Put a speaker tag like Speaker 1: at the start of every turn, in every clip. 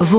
Speaker 1: Vous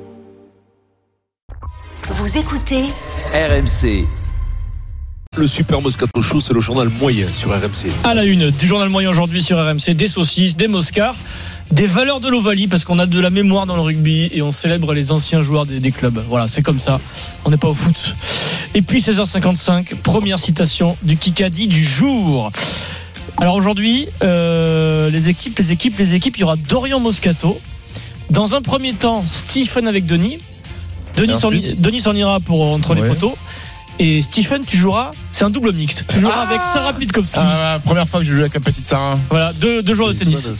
Speaker 1: Vous écoutez
Speaker 2: RMC. Le super Moscato Show, c'est le journal moyen sur RMC.
Speaker 3: à la une du journal moyen aujourd'hui sur RMC, des saucisses, des moscars, des valeurs de l'Ovalie, parce qu'on a de la mémoire dans le rugby et on célèbre les anciens joueurs des, des clubs. Voilà, c'est comme ça. On n'est pas au foot. Et puis 16h55, première citation du Kikadi du jour. Alors aujourd'hui, euh, les équipes, les équipes, les équipes, il y aura Dorian Moscato. Dans un premier temps, Stephen avec Denis. Denis
Speaker 4: Et
Speaker 3: s'en
Speaker 4: ensuite
Speaker 3: Denis s'en ira pour euh, entre les
Speaker 4: Ouais.
Speaker 3: poteaux. Et Stephen, tu joueras, c'est un double mixte. Tu joueras avec Sarah Pitkowski.
Speaker 4: Ah, la première fois que j'ai joué avec la petite Sarah.
Speaker 3: Voilà, deux,
Speaker 5: Oh,
Speaker 3: deux joueurs de tennis.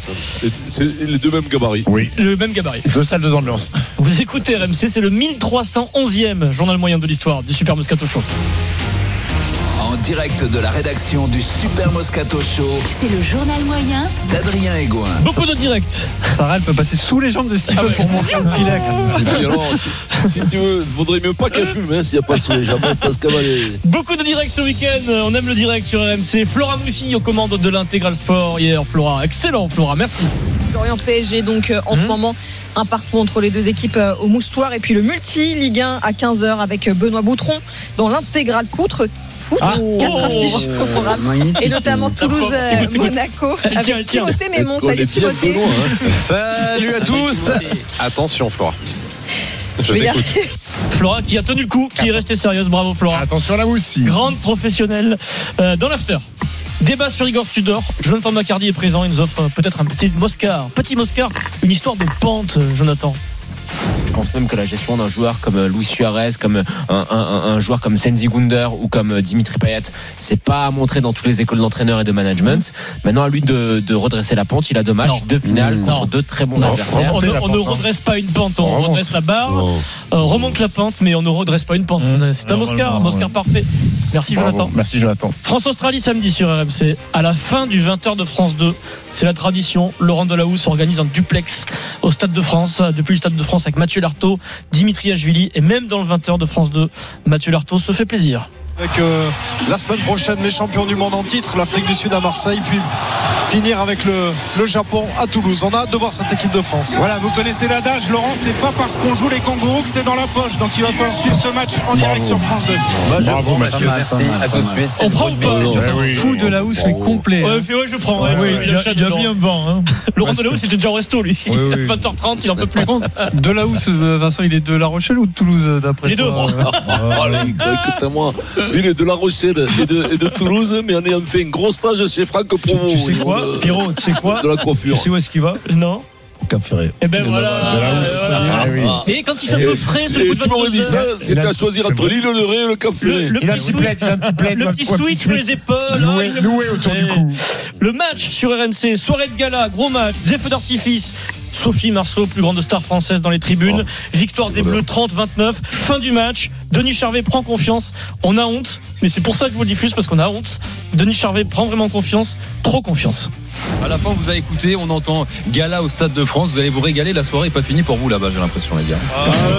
Speaker 2: Et C'est les deux mêmes gabarits.
Speaker 4: Oui.
Speaker 3: Le même gabarit.
Speaker 4: Deux salles, deux ambiances.
Speaker 3: Vous écoutez RMC, c'est le 1311e journal moyen de l'histoire du Super Moscato Show.
Speaker 6: En direct de la rédaction du Super Moscato Show
Speaker 1: C'est le journal moyen
Speaker 6: d'Adrien Egoin.
Speaker 3: Beaucoup de directs.
Speaker 5: Sarah, elle peut passer sous les jambes de
Speaker 4: Ah
Speaker 5: Stephen pour monter le filet.
Speaker 2: Et puis alors, si, si tu veux, vaudrait mieux pas qu'elle fume, hein, s'il n'y a pas sous les jambes, parce qu'elle va les-
Speaker 3: Beaucoup de directs ce week-end. On aime le direct sur RMC. Flora Moussi aux commandes de l'intégral sport hier. Flora, excellent Flora, merci.
Speaker 7: Lorient PSG donc euh,
Speaker 3: Mhm.
Speaker 7: en ce moment un partout entre les deux équipes euh, au Moustoir et puis le multi Ligue 1 à 15h avec euh, Benoît Boutron dans l'intégrale poutre foot
Speaker 3: Ah.
Speaker 7: quatre
Speaker 3: Oh.
Speaker 7: affiches au programme et notamment Toulouse euh,
Speaker 3: Écoute, écoute.
Speaker 7: Monaco
Speaker 3: Elle tient, elle
Speaker 7: avec
Speaker 3: tient.
Speaker 7: Timothée Mémon
Speaker 2: On est
Speaker 7: salut
Speaker 2: bien
Speaker 7: Timothée
Speaker 2: loin, hein.
Speaker 5: Salut à tous. Attention, Flora. Je
Speaker 7: Regarde.
Speaker 5: t'écoute.
Speaker 3: Flora qui a tenu le coup, qui est restée sérieuse. Bravo Flora.
Speaker 4: Attention à la mousse.
Speaker 3: Grande professionnelle euh, dans l'after. Débat sur Igor Tudor. Jonathan Macardy est présent. Il nous offre euh, peut-être un petit Moscar. Petit Moscar, une histoire de pente, euh, Jonathan.
Speaker 8: Je pense même que la gestion d'un joueur comme euh, Luis Suarez, comme euh, un, un- un- un joueur comme Senzi Gunder ou comme euh, Dimitri Payet, c'est pas à montrer dans toutes les écoles d'entraîneurs et de management. Maintenant, à lui de, de redresser la pente. Il a deux matchs,
Speaker 3: Non.
Speaker 8: deux finales
Speaker 3: Non.
Speaker 8: contre deux très bons
Speaker 3: Non.
Speaker 8: adversaires.
Speaker 3: On,
Speaker 4: Remontez
Speaker 3: ne-
Speaker 4: la
Speaker 3: on ne
Speaker 4: pente, hein.
Speaker 3: redresse pas une pente, on,
Speaker 4: On remonte.
Speaker 3: redresse la barre,
Speaker 2: Non.
Speaker 3: on remonte la pente, mais on ne redresse pas une pente.
Speaker 4: Mmh.
Speaker 3: C'est un Oscar,
Speaker 4: Normalement,
Speaker 3: un Oscar
Speaker 4: ouais.
Speaker 3: parfait. Merci Jonathan.
Speaker 4: Merci Jonathan.
Speaker 3: France-Australie samedi sur RMC, à la fin du 20h de France 2. C'est la tradition. Laurent Delahousse organise un duplex au Stade de France, euh, depuis le Stade de France avec Mathieu Lartaud, Dimitri Ashvili, et même dans le 20h de France 2, Mathieu Lartaud se fait plaisir.
Speaker 9: Avec euh, la semaine prochaine les champions du monde en titre, l'Afrique du Sud à Marseille, puis finir avec le, le Japon à Toulouse. On a hâte de voir cette équipe de France.
Speaker 10: Voilà, vous connaissez l'adage, Laurent, c'est pas parce qu'on joue les kangourous que c'est dans la poche. Donc il va falloir suivre ce match en direct sur France 2.
Speaker 4: Bravo, Mathieu.
Speaker 6: Merci, à tout de suite.
Speaker 3: On prend ou pas
Speaker 4: Eh oui.
Speaker 5: Fou de la housse, mais complet.
Speaker 3: Ouais,
Speaker 5: hein.
Speaker 3: il fait, ouais, je prends. ouais, il a- il a mis un banc. Laurent Delahousse était déjà au resto, lui.
Speaker 5: Oui, oui.
Speaker 3: 20h30, il en peut
Speaker 5: Par
Speaker 3: plus.
Speaker 5: contre, de la housse, euh, Vincent, il est de La Rochelle ou de Toulouse, euh, d'après
Speaker 3: Les
Speaker 5: toi
Speaker 3: deux.
Speaker 2: Ah, le Y, écoutez-moi. Il est de La Rochelle et de, et de Toulouse, mais on ayant fait un gros stage chez Franck Promo.
Speaker 5: Tu sais
Speaker 2: au niveau
Speaker 5: quoi,
Speaker 2: Oh, de-
Speaker 5: Pierrot, tu sais quoi
Speaker 2: De la
Speaker 5: Tu
Speaker 2: coiffure.
Speaker 5: sais où est-ce qu'il va
Speaker 3: Non Eh ben voilà. euh, voilà.
Speaker 4: Ah oui.
Speaker 3: Et quand il s'appelle au frais, ce coup
Speaker 2: Et
Speaker 3: de
Speaker 2: tu m'aurais dit
Speaker 3: 22
Speaker 2: ça,
Speaker 3: heures,
Speaker 2: c'était
Speaker 4: Il a-
Speaker 2: à choisir entre l'île, le Ré et le Cap
Speaker 3: le,
Speaker 2: Ferret.
Speaker 3: le
Speaker 4: Il a un petit
Speaker 3: petit switch,
Speaker 4: plaid, c'est un petit plaid.
Speaker 3: le petit switch sur les épaules, hein,
Speaker 4: Noué,
Speaker 3: il le
Speaker 4: noué autour du
Speaker 3: fait.
Speaker 4: cou.
Speaker 3: Le match sur RMC, soirée de gala, gros match, des feux d'artifice. Sophie Marceau, plus grande star française dans les tribunes. Victoire des Bleus 30-29. Fin du match. Denis Charvet prend confiance. On a honte, mais c'est pour ça que je vous le diffuse parce qu'on a honte. Denis Charvet prend vraiment confiance, trop confiance.
Speaker 11: À la fin, vous avez écouté, on entend gala au Stade de France. Vous allez vous régaler, la soirée est pas finie pour vous là-bas, j'ai l'impression, les gars.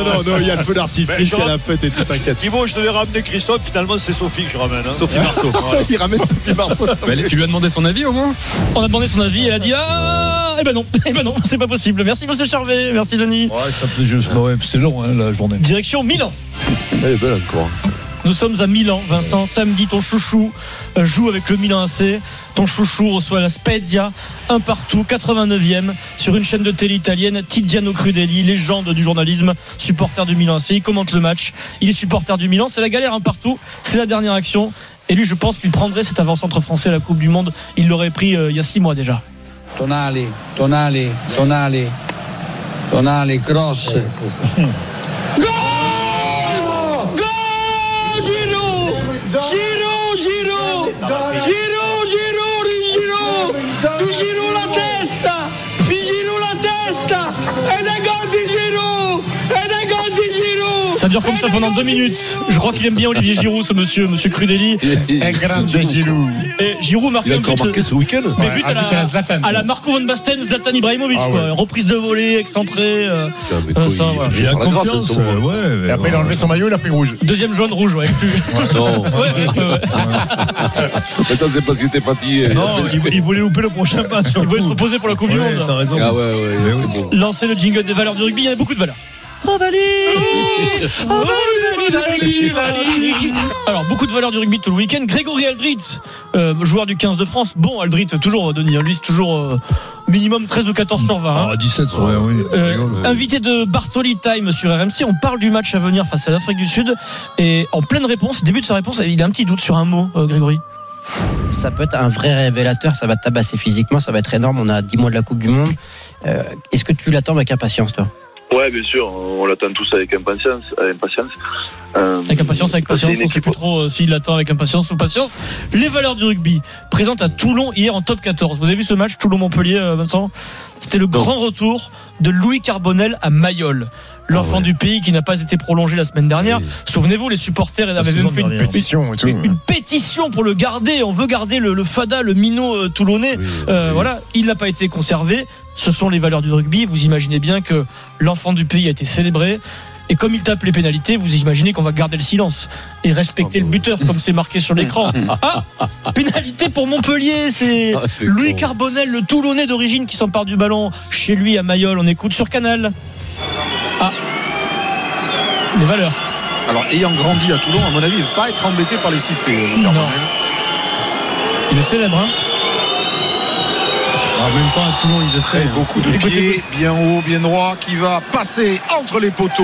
Speaker 9: non, non, il y a le feu
Speaker 4: Mais
Speaker 9: d'artifice,
Speaker 4: je il y a
Speaker 9: la fête et tout, t'inquiète.
Speaker 10: Thibaut, je devais ramener Christophe, finalement c'est Sophie que je ramène.
Speaker 3: hein.
Speaker 9: Sophie Marceau. il ramène Sophie Marceau.
Speaker 11: Bah, tu lui as demandé son avis au moins
Speaker 3: On a demandé son avis et elle a dit Ah, eh ben non, eh ben non, c'est pas possible. Merci Monsieur Charvet, merci Denis.
Speaker 5: Ah, bah c'est long, hein, la journée.
Speaker 3: Direction Milan.
Speaker 2: Elle est belle encore.
Speaker 3: Nous sommes à Milan, Vincent. Samedi, ton chouchou euh, joue avec le Milan AC. Ton chouchou reçoit la Spezia, un partout, 89e, sur une chaîne de télé italienne. Tiziano Crudelli, légende du journalisme, supporter du Milan AC. Il commente le match. Il est supporter du Milan. C'est la galère, un partout. C'est la dernière action. Et lui, je pense qu'il prendrait cet avant-centre français à la Coupe du Monde. Il l'aurait pris euh, il y a six mois déjà.
Speaker 6: Tonali, Tonali, Tonali, Tonali, Cross.
Speaker 3: Ça dure comme ça pendant deux minutes. Je crois qu'il aime bien Olivier Giroud, ce monsieur, monsieur Crudelli.
Speaker 2: Et- et- Un grand Giroud.
Speaker 3: Et Giroud marque
Speaker 2: Il a
Speaker 3: un
Speaker 2: encore
Speaker 3: but, euh,
Speaker 2: marqué ce week-end
Speaker 3: des
Speaker 2: Ouais,
Speaker 3: buts à,
Speaker 2: un but à la Zlatan.
Speaker 3: la, à la Marco Van Basten, Zlatan Ibrahimovic.
Speaker 2: Ah
Speaker 3: quoi. Reprise de volée, excentrée. euh, euh, ça, voilà.
Speaker 4: Il a confiance,
Speaker 2: hein,
Speaker 4: euh, ouais, Et après, il a enlevé son maillot, il a pris rouge.
Speaker 3: Deuxième jaune rouge, ouais. exclu.
Speaker 2: Non.
Speaker 3: Ouais, ouais, ouais.
Speaker 2: Mais ça, c'est parce qu'il était fatigué.
Speaker 3: Non, il, il voulait louper le prochain match. Il voulait se reposer pour la Coupe du
Speaker 2: Ouais,
Speaker 3: Monde.
Speaker 2: t'as raison. Ah ouais, ouais, c'est bon.
Speaker 3: Lancer le jingle des valeurs du rugby, il y en a beaucoup de valeurs. Oh, Valérie Oh, Valérie, Valérie, Valérie Alors, beaucoup de valeurs du rugby tout le week-end. Grégory Aldrit, euh, joueur du 15 de France. Bon, Aldrit, toujours, Denis, hein, lui, c'est toujours euh, minimum 13 ou 14 sur 20. hein.
Speaker 12: Ah, 17 sur ouais, oui.
Speaker 3: Euh, invité de Bartoli Time sur RMC, on parle du match à venir face à l'Afrique du Sud. Et en pleine réponse, début de sa réponse, il a un petit doute sur un mot, euh, Grégory.
Speaker 13: ça peut être un vrai révélateur, ça va te tabasser physiquement, ça va être énorme, on a 10 mois de la Coupe du Monde. Euh, Est-ce que tu l'attends avec impatience, toi
Speaker 14: Ouais, bien sûr, on l'attend tous avec impatience. Avec impatience, Euh,
Speaker 3: Avec impatience, avec
Speaker 14: parce
Speaker 3: patience,
Speaker 14: qu'il y a
Speaker 3: on
Speaker 14: une
Speaker 3: sait plus trop euh, s'il l'attend avec impatience ou patience. Les valeurs du rugby présentes à Toulon hier en top 14. Vous avez vu ce match Toulon-Montpellier, euh, Vincent C'était le grand retour de Louis Carbonel à Mayol.
Speaker 4: Ah
Speaker 3: L'enfant du pays qui n'a pas été prolongé la semaine dernière. Souvenez-vous, les supporters avaient
Speaker 4: saison
Speaker 3: même fait une
Speaker 4: dernière.
Speaker 3: pétition,
Speaker 4: et tout,
Speaker 3: une,
Speaker 4: ouais.
Speaker 3: pétition pour le garder. On veut garder le, le fada, le minot euh, toulonnais. Euh, Voilà, il n'a pas été conservé. Ce sont les valeurs du rugby. Vous imaginez bien que l'enfant du pays a été célébré. Et comme il tape les pénalités, vous imaginez qu'on va garder le silence et respecter le buteur comme c'est marqué sur l'écran. Ah Pénalité pour Montpellier, c'est
Speaker 2: t'es
Speaker 3: Louis
Speaker 2: con.
Speaker 3: Carbonel, le Toulonnais d'origine qui s'empare du ballon chez lui à Mayol. On écoute sur Canal. Ah Les valeurs.
Speaker 9: Alors, ayant grandi à Toulon, à mon avis, il ne va pas être embêté par les sifflets. le Carbonel.
Speaker 3: Il est célèbre, hein
Speaker 9: En même temps, à Toulon, il le fait.
Speaker 3: hein.
Speaker 9: Beaucoup de pieds, bien haut, bien droit, qui va passer entre les poteaux.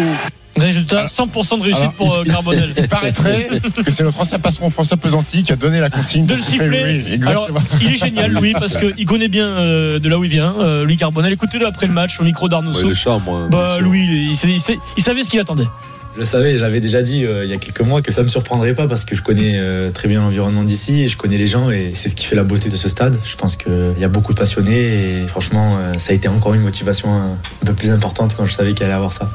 Speaker 3: Résultat, 100% de réussite
Speaker 4: Alors,
Speaker 3: pour euh, Carbonel.
Speaker 4: Il paraît que c'est le français passeron François Pesanti qui a donné la consigne
Speaker 3: de le siffler.
Speaker 4: Oui, exactement.
Speaker 3: Alors, il est génial, Louis,
Speaker 4: C'est
Speaker 3: parce
Speaker 4: ça.
Speaker 3: qu'il connaît bien euh, de là où il vient, euh, Louis Carbonel. Écoutez-le après le match au micro
Speaker 2: Ouais,
Speaker 3: d'Arnousseau.
Speaker 2: le charme. hein, bien
Speaker 3: bah,
Speaker 2: sûr.
Speaker 3: Louis, il, sait- il sait- il savait ce qu'il attendait.
Speaker 15: Je le savais, j'avais déjà dit euh, il y a quelques mois que ça me surprendrait pas parce que je connais euh, très bien l'environnement d'ici et je connais les gens et c'est ce qui fait la beauté de ce stade. Je pense qu'il y a beaucoup de passionnés et franchement, euh, ça a été encore une motivation euh, un peu plus importante quand je savais qu'il allait avoir ça.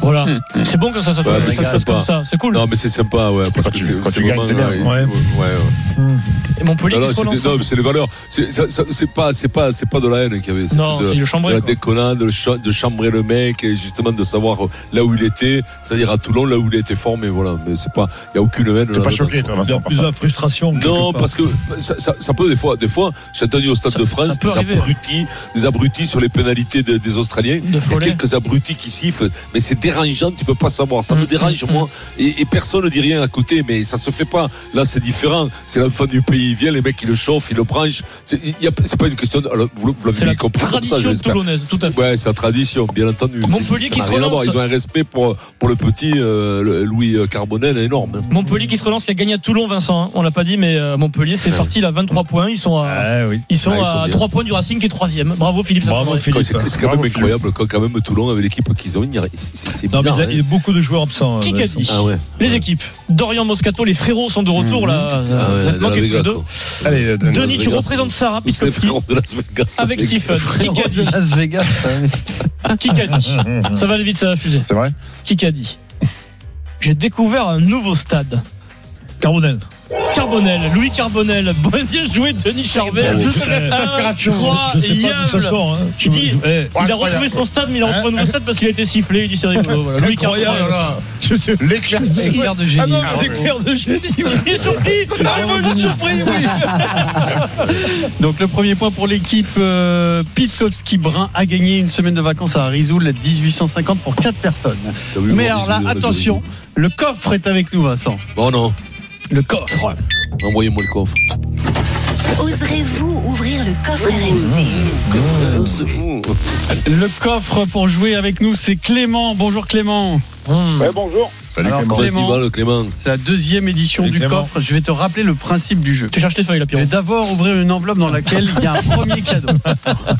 Speaker 3: Voilà. C'est bon quand ça, ça fait
Speaker 2: Ouais, mais
Speaker 3: ça,
Speaker 2: c'est
Speaker 3: ça,
Speaker 2: sympa.
Speaker 3: comme ça. C'est cool.
Speaker 2: Non, mais c'est sympa, ouais, parce que c'est
Speaker 4: quand
Speaker 2: c'est
Speaker 4: tu gagnes,
Speaker 2: vraiment,
Speaker 4: c'est bien.
Speaker 2: ouais,
Speaker 4: Ouais.
Speaker 2: ouais, ouais.
Speaker 3: Et Montpellier
Speaker 2: Non,
Speaker 3: qui
Speaker 2: non,
Speaker 3: se
Speaker 2: c'est
Speaker 3: relance.
Speaker 2: des hommes, c'est les valeurs. C'est ça- ça- c'est pas, c'est pas, c'est pas de la haine qu'il y avait. c'était
Speaker 3: Non,
Speaker 2: de,
Speaker 3: c'est le chambrer,
Speaker 2: de la
Speaker 3: quoi.
Speaker 2: déconnade, de, cha- de chambrer le mec et justement de savoir euh, là où il était, c'est-à-dire à Toulon, là où il a été formé. Voilà, mais c'est pas, il y a aucune haine.
Speaker 12: T'es
Speaker 2: là-dedans.
Speaker 12: pas choqué, toi, Vincent, par ça. frustration.
Speaker 2: Non, parce que ça, ça- ça peut des fois, des fois, j'ai entendu au stade de France
Speaker 12: peut
Speaker 2: des
Speaker 12: arriver.
Speaker 2: abrutis, des abrutis sur les pénalités de- des Australiens.
Speaker 3: Il
Speaker 2: y a quelques abrutis qui sifflent, mais c'est dérangeant, tu peux pas savoir. Ça me dérange moi, et, et personne ne dit rien à côté, mais ça se fait pas. Là, c'est différent. C'est l'enfant du pays, il vient, les mecs, ils le chauffent, ils le branchent. C'est il y a- c'est pas une question. de- alors, vous, vous l'avez
Speaker 3: C'est la
Speaker 2: bien compris comme ça,
Speaker 3: tradition
Speaker 2: j'espère.
Speaker 3: toulounaise, tout à fait.
Speaker 2: Ouais, c'est la tradition, bien entendu.
Speaker 3: Montpellier
Speaker 2: Ça
Speaker 3: qui
Speaker 2: n'a
Speaker 3: se
Speaker 2: rien à voir.
Speaker 3: relance.
Speaker 2: Ils ont un respect pour pour le petit euh, le- Louis Carbonel énorme. hein.
Speaker 3: Montpellier qui se relance, qui a gagné à Toulon, Vincent. hein. On l'a pas dit, mais euh, Montpellier, c'est parti, il a 23 points. Ils sont à, ils sont
Speaker 2: Ah, ils sont
Speaker 3: à
Speaker 2: bien.
Speaker 3: 3 points du Racing qui est 3 Bravo Philippe Saint-Honoré.
Speaker 2: Quoi, C'est c'est quand même incroyable, quoi, quand même Toulon avec l'équipe qu'ils ont, il y a- c'est c'est
Speaker 12: Non, mais
Speaker 2: bizarre.
Speaker 12: il y a- il y a beaucoup de joueurs absents.
Speaker 3: Qui
Speaker 12: euh,
Speaker 3: qu'a
Speaker 12: Vincent.
Speaker 2: Ah
Speaker 3: dit Les équipes. Dorian Moscato, les frérots sont de retour là.
Speaker 2: Mhm. Ah ouais,
Speaker 3: Vous êtes
Speaker 2: de la
Speaker 3: manqués tous les
Speaker 2: Vegas,
Speaker 3: deux.
Speaker 2: quoi.
Speaker 4: euh,
Speaker 3: Denis, tu représentes Sarah Piskowski avec Stephen. Qui qu'a dit
Speaker 12: Las Vegas. hein.
Speaker 3: Qui qu'a dit Ça va aller vite, ça va fuser.
Speaker 4: C'est vrai
Speaker 3: Qui qu'a dit J'ai découvert un nouveau stade.
Speaker 12: Carbonel.
Speaker 3: Carbonel, Louis Carbonel. Bon, bien joué, Denis Charvet.
Speaker 12: Bravo.
Speaker 3: Deux
Speaker 12: Je sais
Speaker 3: un,
Speaker 12: pas, je sais pas d'où ça
Speaker 3: incroyable.
Speaker 12: sort, hein.
Speaker 3: Il dit,
Speaker 12: Eh,
Speaker 3: il a
Speaker 12: incroyable. Hein
Speaker 3: retrouvé son stade, mais il a retrouvé un nouveau stade parce qu'il a été sifflé. Il dit c'est rigolo. Voilà. Louis Carbonel.
Speaker 12: Oh,
Speaker 4: Oh
Speaker 12: Incroyable. Je sais-
Speaker 3: L'éclair de génie.
Speaker 12: Ah non,
Speaker 3: Ah, ouais.
Speaker 12: l'éclair de génie. oui.
Speaker 3: Il est surpris.
Speaker 12: Ah, oui, moi, je suis surpris, oui.
Speaker 16: Donc le premier point pour l'équipe euh, Piskowski-Brun a gagné une semaine de vacances à Rizoul 1850 pour 4 personnes.
Speaker 2: T'as vu,
Speaker 16: Mais
Speaker 2: moi,
Speaker 16: alors là,
Speaker 2: Rizoul, on a
Speaker 16: attention, le coffre est avec nous Vincent.
Speaker 2: Bon, non.
Speaker 3: Le coffre.
Speaker 2: Envoyez-moi le coffre.
Speaker 17: Oserez-vous ouvrir le coffre RMC
Speaker 16: Le coffre pour jouer avec nous, c'est Clément. Bonjour Clément.
Speaker 18: bonjour.
Speaker 2: Hmm. Salut
Speaker 16: Alors,
Speaker 2: Clément.
Speaker 16: Clément.
Speaker 2: Vas-y, va, le Clément.
Speaker 16: C'est la deuxième édition
Speaker 2: Salut,
Speaker 16: du
Speaker 2: Clément.
Speaker 16: coffre. Je vais te rappeler le principe du jeu.
Speaker 3: Tu cherches tes feuilles, la
Speaker 16: Je vais d'abord ouvrir une enveloppe dans laquelle il y a un premier cadeau.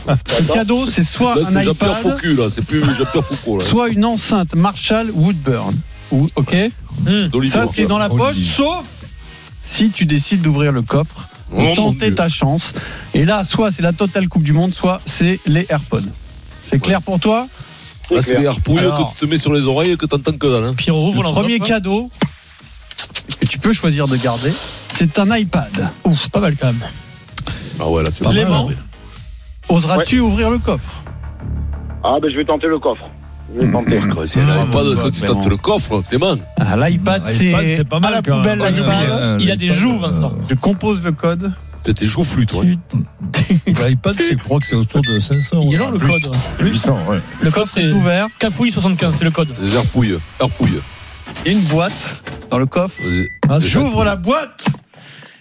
Speaker 16: Le cadeau, c'est soit
Speaker 2: Là,
Speaker 16: un
Speaker 2: c'est Jean-Pierre
Speaker 16: iPad,
Speaker 2: Foucault, là. C'est plus Jean-Pierre Foucault, là.
Speaker 16: Ah, soit une enceinte Marshall Woodburn. Ou, ok Ça, c'est dans la poche, sauf si tu décides d'ouvrir le coffre,
Speaker 2: Oh, mon
Speaker 16: tenter
Speaker 2: Dieu.
Speaker 16: ta chance. Et là, soit c'est la totale Coupe du Monde, soit c'est les AirPods. C'est clair pour toi
Speaker 2: Ah, c'est des harpouilles que tu te mets sur les oreilles et que t'entends que dalle. hein.
Speaker 16: Le premier cadeau que tu peux choisir de garder, c'est un iPad. Ouf, pas mal quand même.
Speaker 2: Ah ouais, là, c'est pas mal.
Speaker 16: Clément, oseras-tu ouvrir le coffre
Speaker 18: Ah, ben je vais tenter le coffre. Je vais tenter.
Speaker 2: Quand c'est un iPad, quand tu tentes le coffre, t'es man.
Speaker 16: Ah, L'iPad,
Speaker 2: L'iPad,
Speaker 16: c'est
Speaker 2: c'est pas mal
Speaker 16: à la
Speaker 2: quand
Speaker 16: poubelle.
Speaker 2: même. Ouais,
Speaker 16: L'iPad.
Speaker 2: ouais,
Speaker 16: Il a
Speaker 2: ouais,
Speaker 16: des joues, Vincent. Je compose le code.
Speaker 2: T'es- T'es joufflu, toi.
Speaker 19: L'iPad, c'est- je crois que c'est autour de 500.
Speaker 3: Il est lent, le
Speaker 19: Plus.
Speaker 3: code.
Speaker 19: Plus. 800, ouais.
Speaker 3: Le code c'est
Speaker 16: ouvert.
Speaker 3: Cafouille 75, c'est le code.
Speaker 2: Des harpouilles. Harpouilles.
Speaker 16: Il y a une boîte dans le coffre. Ah, J'ouvre la boîte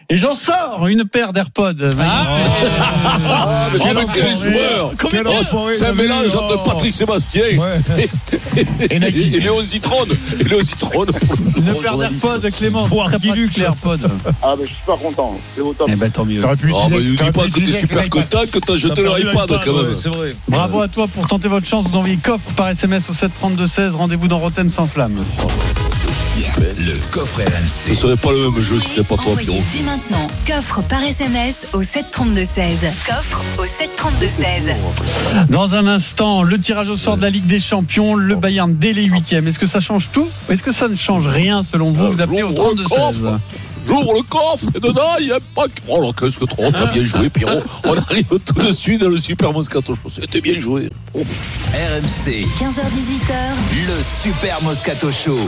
Speaker 16: et j'en sors une paire d'AirPods. Oh,
Speaker 2: Ah, mais
Speaker 16: Quel
Speaker 2: quel, quel
Speaker 16: enfoiré.
Speaker 2: joueur
Speaker 16: Combien
Speaker 2: Oh,
Speaker 16: de-
Speaker 2: C'est un
Speaker 16: Oui,
Speaker 2: mélange
Speaker 16: oui,
Speaker 2: entre
Speaker 16: oh.
Speaker 2: Patrick Sébastien et, et, et Léon Zitrone. Et Léon Zitrone pour le-
Speaker 16: Une
Speaker 2: pour le
Speaker 16: paire
Speaker 2: journaliste.
Speaker 16: d'AirPods, Clément. Très pratique, Eh ben, les AirPods.
Speaker 18: Ah, ben je suis pas content. C'est au top.
Speaker 13: tant mieux.
Speaker 16: T'aurais pu
Speaker 2: Ah, bah, ne
Speaker 16: utiliser- t'aurais
Speaker 2: dis pas
Speaker 16: pu
Speaker 2: que t'es
Speaker 16: utiliser
Speaker 2: super
Speaker 16: l'iPad.
Speaker 2: content que t'as jeté
Speaker 16: T'as
Speaker 2: leur
Speaker 16: perdu
Speaker 2: iPad quand même.
Speaker 16: ouais, c'est vrai. Bravo à toi pour tenter votre chance. Vous envoyez coffre par SMS au 732-16. Rendez-vous dans Roten sans flamme.
Speaker 2: Le coffre RMC. Ce serait pas le même jeu si c'était pas toi, Pierrot.
Speaker 17: Envoyez dès maintenant coffre par SMS au 732-16. Coffre au 732-16.
Speaker 16: Dans un instant, le tirage au sort de la Ligue des Champions, le Bayern dès les huitièmes. Est-ce que ça change tout ou Est-ce que ça ne change rien selon
Speaker 2: Euh,
Speaker 16: vous Vous appelez au
Speaker 2: J'ouvre le
Speaker 16: 32-16.
Speaker 2: coffre. J'ouvre le coffre et dedans il y a pas de. Oh là, qu'est-ce que trop, t'as bien joué, Pierrot. On arrive tout de suite dans le Super Moscato Show. C'était bien joué. Oh,
Speaker 6: RMC,
Speaker 17: 15h18h.
Speaker 6: le Super Moscato Show.